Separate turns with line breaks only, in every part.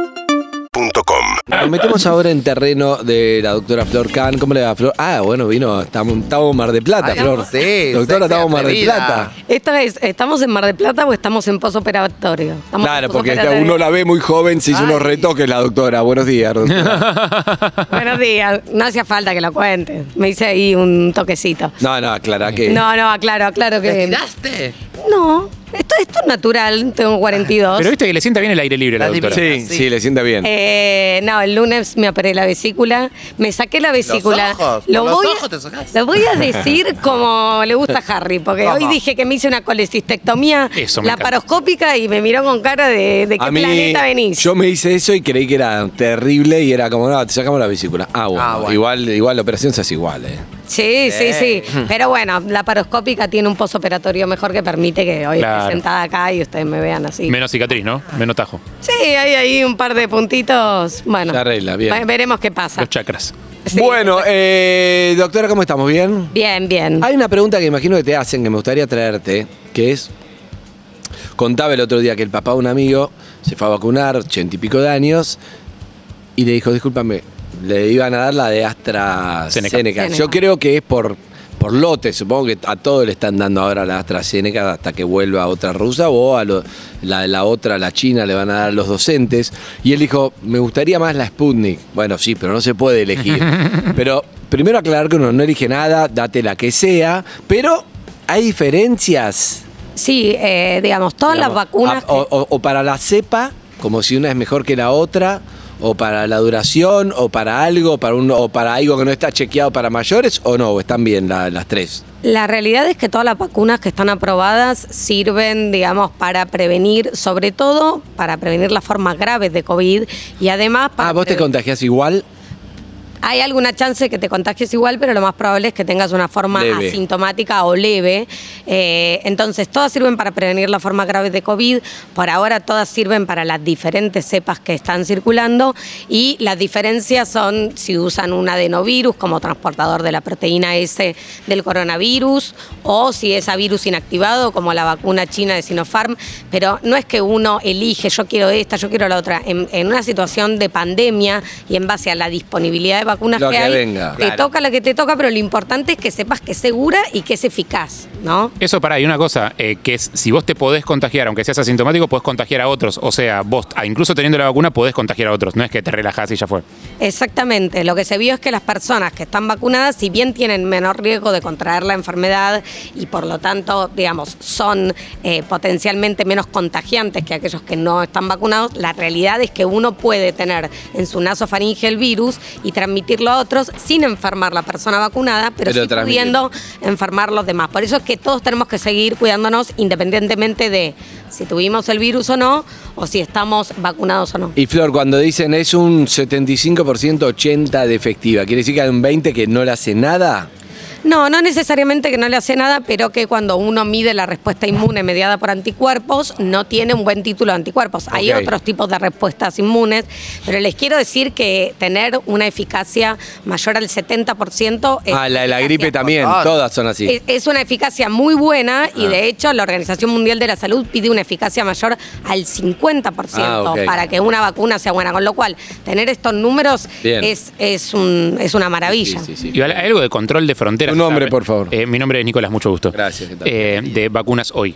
UrbanaPlayFM.com
Nos metemos ahora en terreno de la doctora Flor Can. ¿Cómo le va, Flor? Ah, bueno, vino. Estamos estamos en Mar de Plata,
Ay,
Flor.
sí,
Doctora, estamos
sexy
en Mar de
atrevida.
Plata.
Esta vez, ¿estamos en Mar del Plata o estamos en posoperatorio? Estamos
Claro,
en
porque
posoperatorio.
uno la ve muy joven, se hizo
Ay.
unos retoques la doctora. Buenos días, doctora.
Buenos días, no hacía falta que lo cuente. Me hice ahí un toquecito.
No, no, aclara que.
No, no, aclaro, aclaro
¿Te
que...
tiraste?
No, esto, esto es natural, tengo 42.
Pero viste que le sienta bien el aire libre a la
La
doctora.
divina.
Sí, sí, le sienta bien.
Eh, no, el lunes me operé la vesícula, me saqué la vesícula.
ojos,
lo,
por los
voy
ojos
a,
te sacás.
lo voy a decir como le gusta a Harry, porque
¿Cómo?
hoy dije que me hice una colecistectomía
Eso me encanta.
laparoscópica y me miró con cara de, de qué
A mí,
planeta venís.
yo me hice eso y creí que era terrible y era como, no, te sacamos la vesícula. Ah, bueno,
Ah, bueno.
Igual, igual la operación se hace igual, ¿eh?
Sí, sí, sí. Pero bueno, la paroscópica tiene un posoperatorio mejor que permite que hoy
Claro.
esté sentada acá y ustedes me vean así.
Menos cicatriz, ¿no? Menos tajo.
Sí, hay ahí un par de puntitos. Bueno,
Se arregla, bien.
ve- veremos qué pasa.
Los chakras.
Sí.
Bueno, eh, doctora, ¿cómo estamos? ¿Bien?
Bien, bien.
Hay una pregunta que imagino que te hacen, que me gustaría traerte, que es, contaba el otro día que el papá de un amigo se fue a vacunar, ochenta y pico de años, y le dijo, discúlpame, le iban a dar la de AstraZeneca.
Seneca.
Yo creo que es por, por lote, supongo que a todos le están dando ahora la AstraZeneca hasta que vuelva otra rusa, o a lo- la, la otra, la china, le van a dar a los docentes. Y él dijo, me gustaría más la Sputnik. Bueno, sí, pero no se puede elegir. pero primero aclarar que uno no elige nada, date la que sea, pero hay diferencias.
Sí, eh, digamos, todas las
Digamos, ah, oh.
vacunas.
a- o, o- o para la cepa, como si una es mejor que la otra, o para la duración, o para algo, para un, o para algo que no está chequeado para mayores, o no, están bien la- las tres.
La realidad es que todas las vacunas que están aprobadas sirven, digamos, para prevenir, sobre todo para prevenir las formas graves de COVID y además para.
Ah, vos te
prevenir-
contagias igual.
Hay alguna chance que te contagies igual, pero lo más probable es que tengas una forma
Leve.
asintomática o leve. Eh, entonces, todas sirven para prevenir la forma grave de COVID. Por ahora, todas sirven para las diferentes cepas que están circulando. Y las diferencias son si usan un adenovirus como transportador de la proteína S del coronavirus o si es a virus inactivado, como la vacuna china de Sinopharm. Pero no es que uno elige, yo quiero esta, yo quiero la otra. En, en una situación de pandemia y en base a la disponibilidad de vacunas
Lo
que,
que
hay,
venga.
te
Claro.
toca lo que te toca, pero lo importante es que sepas que es segura y que es eficaz, ¿no?
Eso para, y una cosa, eh, que es, si vos te podés contagiar, aunque seas asintomático, podés contagiar a otros. O sea, vos, ah, incluso teniendo la vacuna, podés contagiar a otros. No es que te relajás y ya fue.
Exactamente. Lo que se vio es que las personas que están vacunadas, si bien tienen menor riesgo de contraer la enfermedad y por lo tanto, digamos, son eh, potencialmente menos contagiantes que aquellos que no están vacunados, la realidad es que uno puede tener en su nasofaringe el virus y transmitirlo a otros sin enfermar la persona vacunada, pero,
Pero
sí
transmitir.
pudiendo enfermar los demás. Por eso es que todos tenemos que seguir cuidándonos independientemente de si tuvimos el virus o no, o si estamos vacunados o no.
Y Flor, cuando dicen es un 75% 80% de efectiva, ¿quiere decir que hay un 20% que no le hace nada?
No, no necesariamente que no le hace nada, pero que cuando uno mide la respuesta inmune mediada por anticuerpos, no tiene un buen título de anticuerpos. Hay
Ok.
otros tipos de respuestas inmunes, pero les quiero decir que tener una eficacia mayor al 70%... es
ah, la de la
eficacia.
gripe también,
favor.
todas son así.
Es- Es una eficacia muy buena
Ah.
y de hecho la Organización Mundial de la Salud pide una eficacia mayor al 50%
Ah, ok.
para que una vacuna sea buena. Con lo cual, tener estos números
Bien.
es, es, un- es una maravilla.
Sí, sí, sí.
Igual hay algo de control de fronteras.
Tu nombre,
¿sabe?
por favor.
Eh, mi nombre es Nicolás, mucho gusto.
Gracias, ¿qué tal?
Eh, de Vacunas Hoy.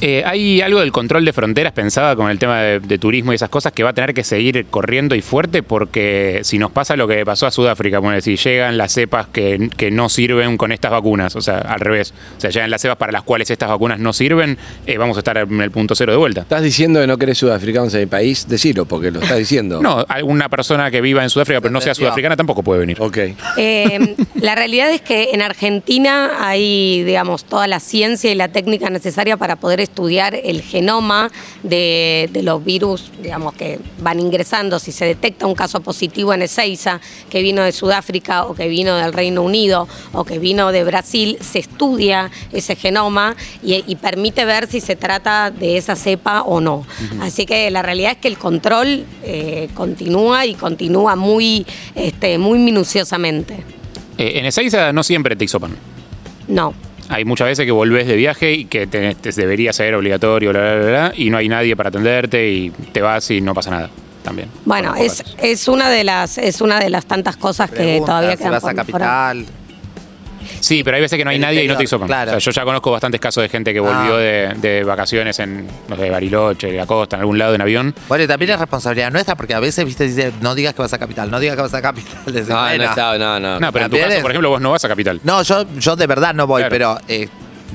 Eh, hay algo del control de fronteras pensaba con el tema de, de turismo y esas cosas que va a tener que seguir corriendo y fuerte porque si nos pasa lo que pasó a Sudáfrica, bueno, si llegan las cepas que, que no sirven con estas vacunas, o sea, al revés, o sea, llegan las cepas para las cuales estas vacunas no sirven, eh, vamos a estar en el punto cero de vuelta.
¿Estás diciendo que no querés sudafricanos en mi país? Decilo, porque lo estás diciendo.
No, alguna persona que viva en Sudáfrica pero no sea
Entendió.
sudafricana tampoco puede venir.
Ok.
Eh, la realidad es que en Argentina hay, digamos, toda la ciencia y la técnica necesaria para poder estudiar el genoma de, de los virus, digamos, que van ingresando. Si se detecta un caso positivo en Ezeiza, que vino de Sudáfrica o que vino del Reino Unido o que vino de Brasil, se estudia ese genoma y, y permite ver si se trata de esa cepa o no. Así que la realidad es que el control eh, continúa y continúa muy, este, muy minuciosamente.
Eh, en Ezeiza no siempre te hisopan.
No.
Hay muchas veces que volvés de viaje y que te, te debería ser obligatorio, bla, bla, bla, bla, y no hay nadie para atenderte y te vas y no pasa nada también.
Bueno,
Por-
es, es una de las es una de las tantas cosas que
Preguntas,
Eh, todavía
si
quedan
vas
por
a
mejorar.
capital.
Sí, pero hay veces que no hay
El
nadie y no te
interior,
hisopan.
claro.
O sea, yo ya conozco bastantes casos de gente que volvió
Ah.
de, de vacaciones en, no sé, Bariloche, la costa, en algún lado en avión.
Bueno, y también es responsabilidad nuestra, porque a veces, viste, dice, no digas que vas a capital, no digas que vas a capital. Decís,
No, no
bueno.
estaba, no, no.
No, pero en tu
También
caso,
es-
por ejemplo, vos no vas a Capital.
No, yo, yo de verdad no voy,
Claro.
pero eh,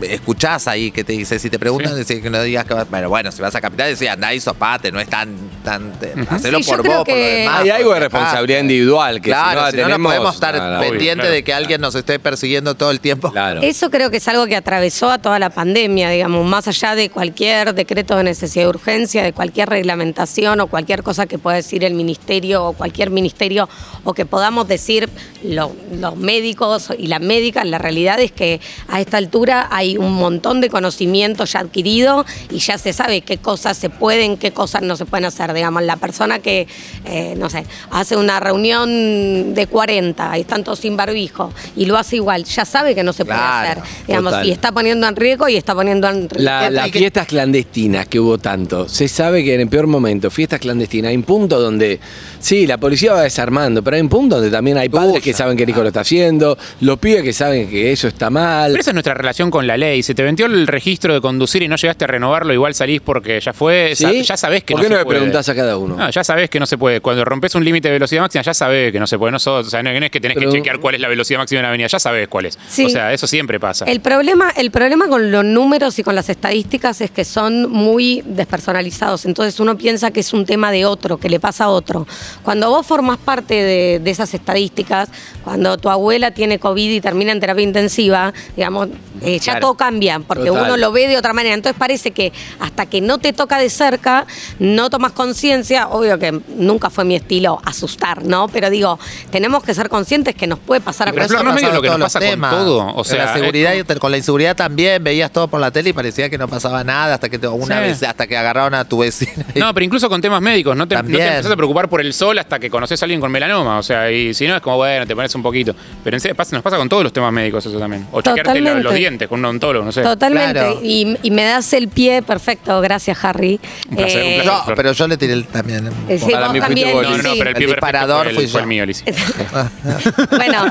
escuchás ahí que te dice, si te preguntan,
Sí.
decís que no digas que vas. Bueno, bueno, si vas a capital, decís, andá y sopate, no es tan. tan te-
Ujú.
Hacelo
Sí, yo
por
creo
vos, por lo
que-
Ah,
demás.
Hay algo de
por lo que pasa.
responsabilidad individual que si no
Claro,
la
si no, no
tenemos,
podemos estar
nada, obvio,
pendientes
claro.
de que alguien nos esté persiguiendo todo el tiempo.
Claro.
Eso creo que es algo que atravesó a toda la pandemia, digamos, más allá de cualquier decreto de necesidad de urgencia, de cualquier reglamentación o cualquier cosa que pueda decir el ministerio o cualquier ministerio o que podamos decir lo- los médicos y las médicas, la realidad es que a esta altura hay un montón de conocimiento ya adquirido y ya se sabe qué cosas se pueden, qué cosas no se pueden hacer. Digamos, la persona que, eh, no sé, hace una reunión de 40 y están todos sin barbijo y lo hace igual, ya sabe que no se puede
Claro,
hacer. Digamos,
total.
y está poniendo en riesgo y está poniendo en riesgo.
La- las
que-
fiestas clandestinas que hubo tanto, se sabe que en el peor momento, fiestas clandestinas, hay un punto donde, sí, la policía va desarmando, pero hay un punto donde también hay padres que saben que el hijo lo está haciendo, los pibes que saben que eso está mal.
Pero esa es nuestra relación con la ley. Si te vendió el registro de conducir y no llegaste a renovarlo, igual salís porque ya fue. sa-
¿Sí?
Ya sabés que
¿Por qué no,
no se
le
puede.
preguntás a cada uno?
No, ya sabés que no se puede. Cuando rompes un límite de velocidad máxima, ya sabés que no se puede. No, sos- o sea, no no es que tenés
Pero-
que chequear cuál es la velocidad máxima de una avenida, ya sabés cuál es.
Sí.
O sea, eso siempre pasa.
El problema, el problema con los números y con las estadísticas es que son muy despersonalizados. Entonces uno piensa que es un tema de otro, que le pasa a otro. Cuando vos formás parte de, de esas estadísticas, cuando tu abuela tiene COVID y termina en terapia intensiva, digamos, eh, ya
Claro.
todo cambia, porque
Total.
uno lo ve de otra manera. Entonces parece que hasta que no te toca de cerca, no tomas conciencia. Obvio que nunca fue mi estilo asustar, ¿no? Pero digo, tenemos que ser conscientes que nos puede pasar a
Pero,
cualquier
Flor, no me
pasa
digas lo que
con
nos
todos
pasa
los
con todo, o
Con
sea,
la seguridad, y te- con la inseguridad también veías todo por la tele y parecía que no pasaba nada hasta que te- una
Sí.
vez, hasta que agarraron a tu vecina. y-
No, pero incluso con temas médicos, no te, no te
También.
empezás a preocupar por el sol hasta que conoces a alguien con melanoma. O sea, y si no, es como, bueno, te pones un poquito. Pero en serio, pasa- nos pasa con todos los temas médicos eso también. O chequearte lo-
Totalmente.
los dientes con un odontólogo, no sé.
Totalmente.
Claro.
Y, y me das el pie perfecto, gracias Harry.
Un placer, un placer.
Yo- pero yo le tiré el- también. un
Eh, sí,
poco.
Para
vos
mí fuiste
también,
vos,
No, no, no,
sí.
pero el pie
El
perfecto
disparador
fue el,
fui
fue el
yo.
mío, Lizzy.
bueno,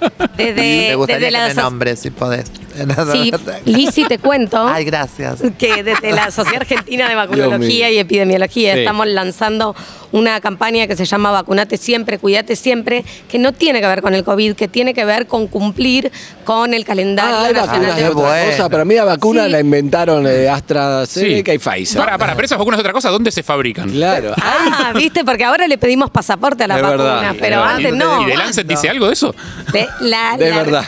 Me
desde,
gustaría que
desde
me
la so-
nombres, si podés.
Sí, Lizzy, te cuento.
Ay, gracias.
que desde la Sociedad Argentina de
Dios mío.
Vacunología y Epidemiología
Sí.
estamos lanzando una campaña que se llama Vacunate siempre, cuídate siempre, que no tiene que ver con el COVID, que tiene que ver con cumplir con el calendario
Ah, hay
nacional
vacunas
de
de
qué
otra
bueno.
cosa. Para mí la vacuna
Sí.
la inventaron eh, AstraZeneca y Pfizer.
Para, para, pero esas vacunas es otra cosa, ¿dónde se fabrican?
Claro.
Ah, viste, porque ahora le pedimos pasaporte a la
Es
vacuna,
verdad, es
pero
verdad.
antes
¿Y
no.
de Lancet dice algo de eso?
De- la-
De
la-
verdad.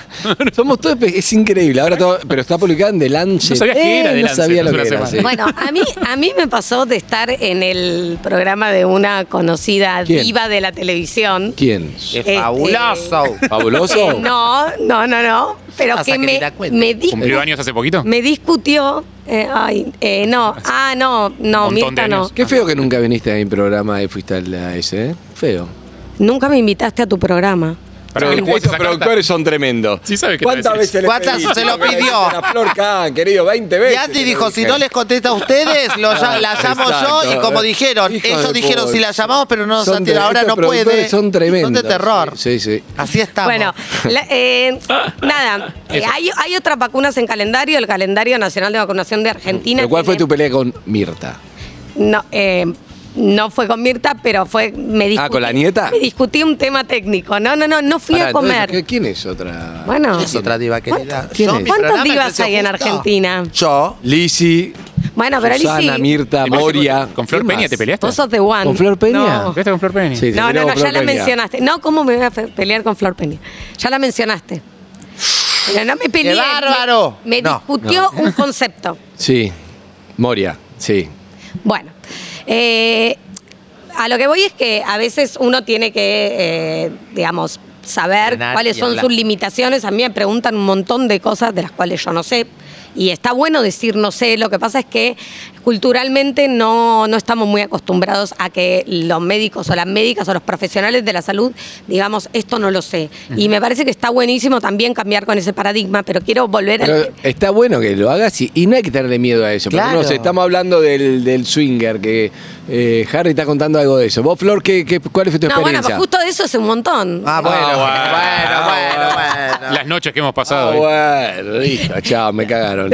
Somos todos. pe- Es increíble. Ahora todo. Pero está publicado en The Lancet.
No sabías que
Eh,
era The
no
Lancet,
sabía lo
hace
que
una
era,
semana.
sí.
Bueno, a mí, a mí me pasó de estar en el programa de una conocida
¿Quién?
diva de la televisión.
¿Quién?
Eh,
Es
Este-
fabuloso.
Eh,
¿Fabuloso?
no, no, no, no. Pero
Pasa
que
que
me,
ni la cuenta.
me, dis-
¿Cumplió años hace poquito?
me discutió. eh, ay, eh, no, ah, no, no,
Montón de
Mirta no.
años.
Qué feo que nunca viniste a mi programa y fuiste al a ese, ¿eh? Feo.
Nunca me invitaste a tu programa.
Para que el juez esa carta-
son tremendos.
Sí sabe que
¿Cuántas
no es
veces le
¿Cuántas
pedí?
se lo
Porque
pidió?
dijiste la Flor Kahn, querido, 20
Y
veces.
Andy
te Este, lo
dijo,
dije.
si no les contesta a ustedes, lo ya- la llamo yo. Y
Exacto.
como dijeron,
Hijo
ellos
de
dijeron,
puta.
si la llamamos, pero no nos
Son
atiende,
tre-
ahora
estos
no puede.
productores Son tremendos.
Son de terror.
Sí, sí.
Así estamos.
Bueno, la- eh, nada, eh, hay, hay otras vacunas en calendario, el calendario nacional de vacunación de Argentina.
Pero ¿Cuál fue
tiene-
tu pelea con Mirta?
No, eh, no fue con Mirta, pero fue. Me discutí,
Ah, ¿con la nieta?
Me discutí un tema técnico. No, no, no, no fui
Pará,
a
entonces,
comer.
¿qué- ¿Quién es otra?
Bueno.
Es otra diva querida.
¿Quién
Yo,
es?
mi
¿Cuántas
programa me
divas
pareció
hay en
justo.
Argentina?
Yo.
Lisi,
Bueno, pero
Susana,
Lizzy,
Mirta,
¿Te peleaste
Moria.
con- con Flor
¿Quién
Peña
más?
te peleaste?
vos sos de One.
¿Con Flor Peña?
No.
¿Viste con Flor Peña?
Sí, se
No,
peleó
no, no,
con
ya
Flor
la
Peña.
mencionaste. No, ¿cómo me voy a fe- pelear con Flor Peña? Ya la mencionaste. Pero no me peleé.
¡Qué bárbaro!
Me, me
No,
discutió un concepto.
Sí, Moria, sí.
Bueno, eh, a lo que voy es que a veces uno tiene que, eh, digamos, saber
Frenar
cuáles
y
son
hablar.
sus limitaciones. A mí me preguntan un montón de cosas de las cuales yo no sé. Y está bueno decir no sé. Lo que pasa es que culturalmente no, no estamos muy acostumbrados a que los médicos o las médicas o los profesionales de la salud digamos, esto no lo sé. Y me parece que está buenísimo también cambiar con ese paradigma, pero quiero volver
Pero
al...
está bueno que lo hagas y, y no hay que tenerle miedo a eso. porque
Claro.
no sé, estamos hablando del, del swinger, que eh, Harry está contando algo de eso. Vos, Flor, ¿qué, qué- cuál fue tu
No, bueno,
experiencia?
pues justo de eso es un montón.
Ah, bueno,
Ah,
bueno, bueno, bueno,
Las noches que hemos
Ah,
pasado. hoy.
bueno, listo, chao, me cagaron.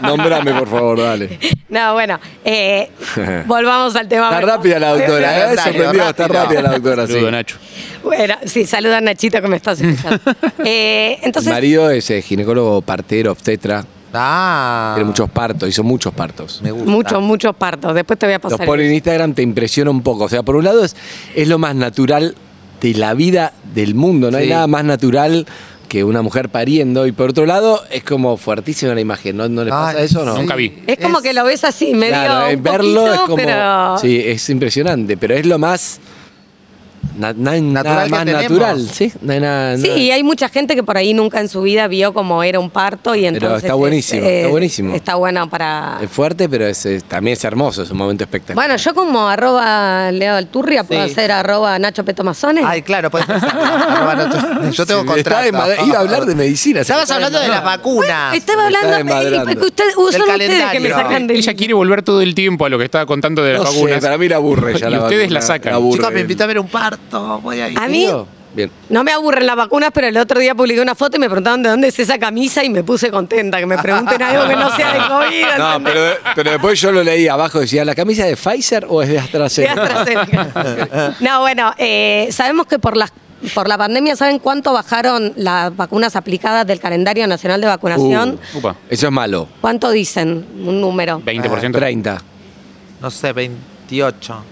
Nombrame, por favor, dale.
No, bueno, eh, volvamos al tema.
Está rápida la doctora, ¿eh?
Dale,
sorprendido, está
rápido.
rápida la doctora, sí.
Saludo, Nacho.
Bueno, sí, saluda a Nachito que me estás escuchando. Eh,
Mi
entonces,
marido es eh, ginecólogo partero, obstetra,
Ah,
tiene muchos partos, hizo muchos partos.
Me gusta.
muchos, muchos partos. Después te voy a
Los
pasar. el-
por en Instagram te impresiona un poco. O sea, por un lado es, es lo más natural de la vida del mundo. No hay
Sí.
nada más natural que una mujer pariendo. Y por otro lado, es como fuertísima la imagen. ¿No, ¿No les pasa
Ay,
eso o no?
sí.
Nunca vi.
Es como que lo ves así, medio
Claro, eh,
un
verlo
poquito,
es como.
pero...
Sí, es impresionante, pero es lo más. na- na- nada
que
más
tenemos.
natural, ¿sí? No hay nada-
Sí,
nada-
y hay mucha gente que por ahí nunca en su vida vio cómo era un parto y entonces...
está
es, eh,
buenísimo, está buenísimo.
Está bueno para...
Es fuerte, pero es, es- también es hermoso, es un momento espectacular.
eh. Bueno, yo como arroba Leo Alturria puedo
Sí.
ser arroba Nacho Petomazones.
Ay, claro, puedes pensar. Arroba Nacho. Yo tengo
Sí,
contrato.
estaba en Madrid- iba a hablar de medicina.
Estabas hablando de las vacunas.
Estaba
me está
hablando...
desmadrando.
eh, usted- son
Del
ustedes que me
calendario.
sacan del...
Ella quiere volver todo el tiempo a lo que estaba contando de las
No sé,
vacunas.
para mí la aburre ya
Y
la
ustedes
vacuna,
la sacan.
la aburre.
Chicos, me invitó a ver un parto. Voy a ir.
A mí...
Bien.
No me aburren las vacunas, pero el otro día publiqué una foto y me preguntaron de dónde es esa camisa y me puse contenta, que me pregunten algo que no sea de COVID.
No,
¿entendés?
pero, pero después yo lo leí abajo, decía, ¿la camisa de Pfizer o es de
De
AstraZeneca?
AstraZeneca. no, bueno, eh, sabemos que por las por la pandemia, ¿saben cuánto bajaron las vacunas aplicadas del calendario nacional de vacunación?
Uh,
Upa.
eso es malo.
¿Cuánto dicen? Un número.
20%.
30.
No sé, 28.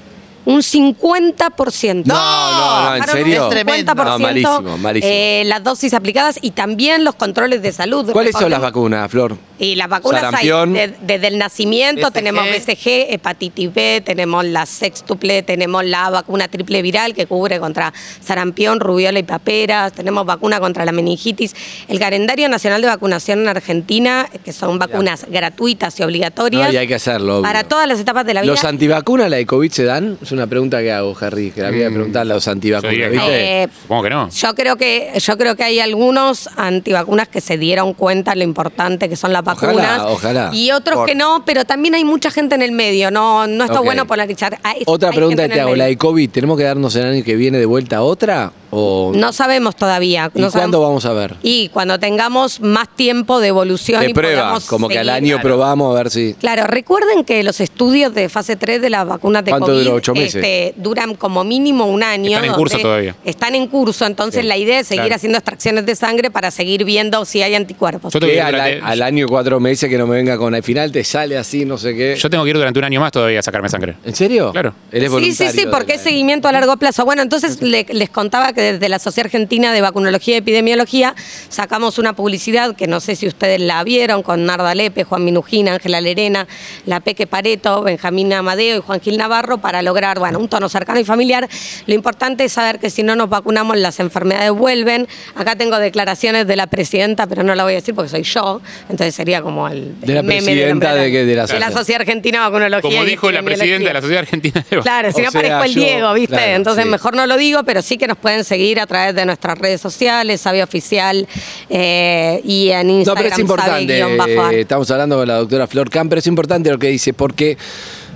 Un 50%.
No, no,
no, en
Bajaron
serio.
Un
Es tremendo.
50%,
No, malísimo, malísimo.
eh, las dosis aplicadas y también los controles de salud.
¿Cuáles son las
Recordemos-
vacunas, Flor?
Y las vacunas
Sarampión.
hay de- desde el nacimiento,
BCG.
tenemos BCG, hepatitis B, tenemos la sextuple, tenemos la vacuna triple viral que cubre contra sarampión, rubiola y paperas, tenemos vacuna contra la meningitis. El calendario nacional de vacunación en Argentina, que son vacunas gratuitas y obligatorias
No, y hay que hacerlo. obvio.
para todas las etapas de la vida.
¿Los antivacunas, la de COVID, se dan? Es una pregunta que hago, Harry, que la voy a
Mm.
preguntar a los
Yo
antivacunas,
diría que no.
¿viste?
Eh,
Supongo que no.
Yo creo que yo creo que hay algunos antivacunas que se dieron cuenta lo importante que son las
Ojalá,
vacunas
ojalá.
y otros
Por-
que no, pero también hay mucha gente en el medio, no no está
Ok.
bueno polarizar. Hay-
Otra
hay
pregunta
gente
que
en
te
el
hago, la
medio.
de COVID, ¿tenemos que darnos el año que viene de vuelta a otra? ¿O
No sabemos todavía.
¿Y cuándo
no sabemos-
vamos a ver?
Y cuando tengamos más tiempo de evolución
De
y
prueba,
podamos
como que al
seguir.
año probamos a ver si...
Claro, recuerden que los estudios de fase 3 de las vacunas de
¿Cuánto
COVID
duró? ¿Ocho meses?
este, duran como mínimo un año.
Están en
donde
curso todavía.
Están en curso, entonces
Sí,
la idea es seguir
claro.
haciendo extracciones de sangre para seguir viendo si hay anticuerpos.
Yo te-
Que al,
durante-
al año y cuatro meses que no me venga con al final te sale así, no sé qué.
Yo tengo que ir durante un año más todavía a sacarme sangre.
¿En serio?
Claro.
Él es
Sí, sí, sí,
voluntario
porque
de
es
la-
seguimiento a largo plazo. Bueno, entonces le- les contaba que desde la Sociedad Argentina de Vacunología y Epidemiología sacamos una publicidad que no sé si ustedes la vieron con Narda Lepe, Juan Minujina, Ángela Lerena, La Peque Pareto, Benjamín Amadeo y Juan Gil Navarro para lograr, bueno, un tono cercano y familiar. Lo importante es saber que si no nos vacunamos las enfermedades vuelven. Acá tengo declaraciones de la presidenta, pero no la voy a decir porque soy yo, entonces sería como el,
De la
el meme
presidenta
hombre
de que- de la
de la
Sociedad.
Sociedad Argentina de Vacunología.
Como
y
dijo la presidenta
Epidemiología.
de la Sociedad Argentina de
Claro, si
O
no
sea,
parezco el
yo-
Diego, ¿viste?
claro,
Entonces
sí.
mejor no lo digo, pero sí que nos pueden seguir a través de nuestras redes sociales, Sabia Oficial eh, y en
No,
Instagram.
pero es importante. eh,
Sabe-ar.
Estamos hablando con la doctora Flor Camp, pero es importante lo que dice, porque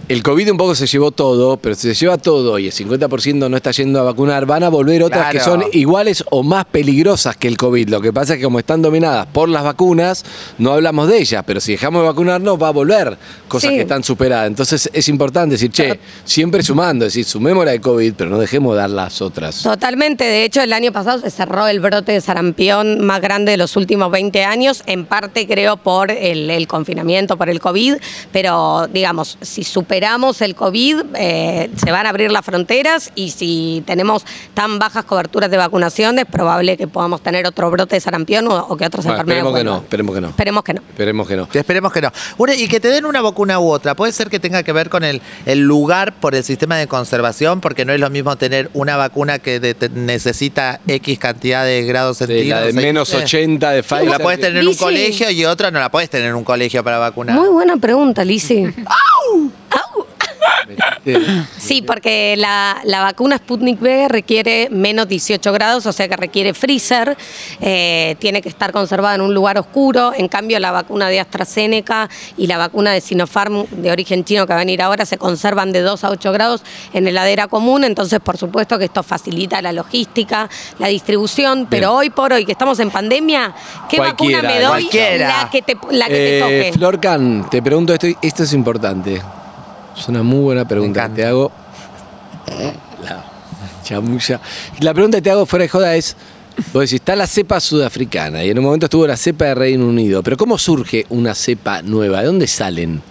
el COVID un poco se llevó todo, pero si se lleva todo y el 50% no está yendo a vacunar, van a volver otras que son
Claro.
iguales o más peligrosas que el COVID. Lo que pasa es que como están dominadas por las vacunas, no hablamos de ellas, pero si dejamos de vacunarnos, va a volver cosas
Sí.
que están superadas. Entonces es importante decir, che, siempre sumando, es decir, sumemos la de COVID, pero no dejemos de dar las otras.
Totalmente, de hecho el año pasado se cerró el brote de sarampión más grande de los últimos 20 años, en parte creo por el, el confinamiento, por el COVID, pero digamos, si superamos superamos el COVID, eh, se van a abrir las fronteras y si tenemos tan bajas coberturas de vacunación, es probable que podamos tener otro brote de sarampión o, o que otras
Bueno,
enfermedades.
esperemos que no,
vuelvan.
esperemos que no.
Esperemos que no.
Esperemos que no.
Esperemos que no. Una- y que te den una vacuna u otra. Puede ser que tenga que ver con el, el lugar por el sistema de conservación, porque no es lo mismo tener una vacuna que de- te- necesita X cantidad de grados
Sí,
centígrados.
la de
X-
menos
eh,
80 de Pfizer.
La puedes tener en un
Lizzy.
colegio y otra no la puedes tener en un colegio para vacunar.
Muy buena pregunta, Lizzie.
Sí.
Sí, porque la, la vacuna Sputnik V requiere menos 18 grados, o sea que requiere freezer, eh, tiene que estar conservada en un lugar oscuro. En cambio, la vacuna de AstraZeneca y la vacuna de Sinopharm de origen chino que va a venir ahora se conservan de 2 a 8 grados en heladera común. Entonces, por supuesto que esto facilita la logística, la distribución, pero hoy por hoy que estamos en pandemia, ¿qué
Cualquiera,
vacuna me doy?
cualquiera.
La que te, la que
Eh,
te toque.
Flor Can, te pregunto esto, y esto es importante. Es una muy buena
Me
pregunta que
encanta.
te hago. La chamulla. La pregunta que te hago fuera de joda es, vos decís, está la cepa sudafricana y en un momento estuvo la cepa de Reino Unido, pero ¿cómo surge una cepa nueva? ¿De dónde salen?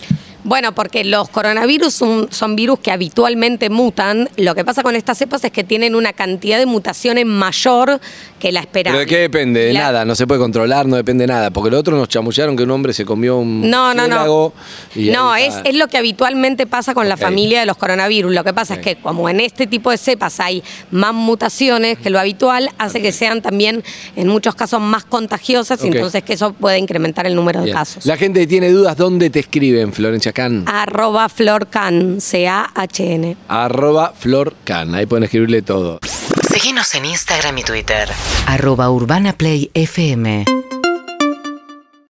Bueno, porque los coronavirus son, son virus que habitualmente mutan. Lo que pasa con estas cepas es que tienen una cantidad de mutaciones mayor que la esperada.
¿Pero de qué depende? De
La-
nada, no se puede controlar, no depende de nada, porque los otros nos chamullaron que un hombre se comió un
No, no, no.
murciélago y ahí
no, es,
está.
es lo que habitualmente pasa con la
Ok.
familia de los coronavirus. Lo que pasa
Ok.
es que como en este tipo de cepas hay más mutaciones que lo habitual, hace que sean también en muchos casos más contagiosas y
Ok.
entonces que eso puede incrementar el número de
Bien.
casos.
La gente que tiene dudas, ¿dónde te escriben, Florencia Can?
Arroba florcan, C-A-H-N.
Arroba Flor Can, ahí pueden escribirle todo.
Síguenos en Instagram y Twitter.
arroba urbanaplayfm.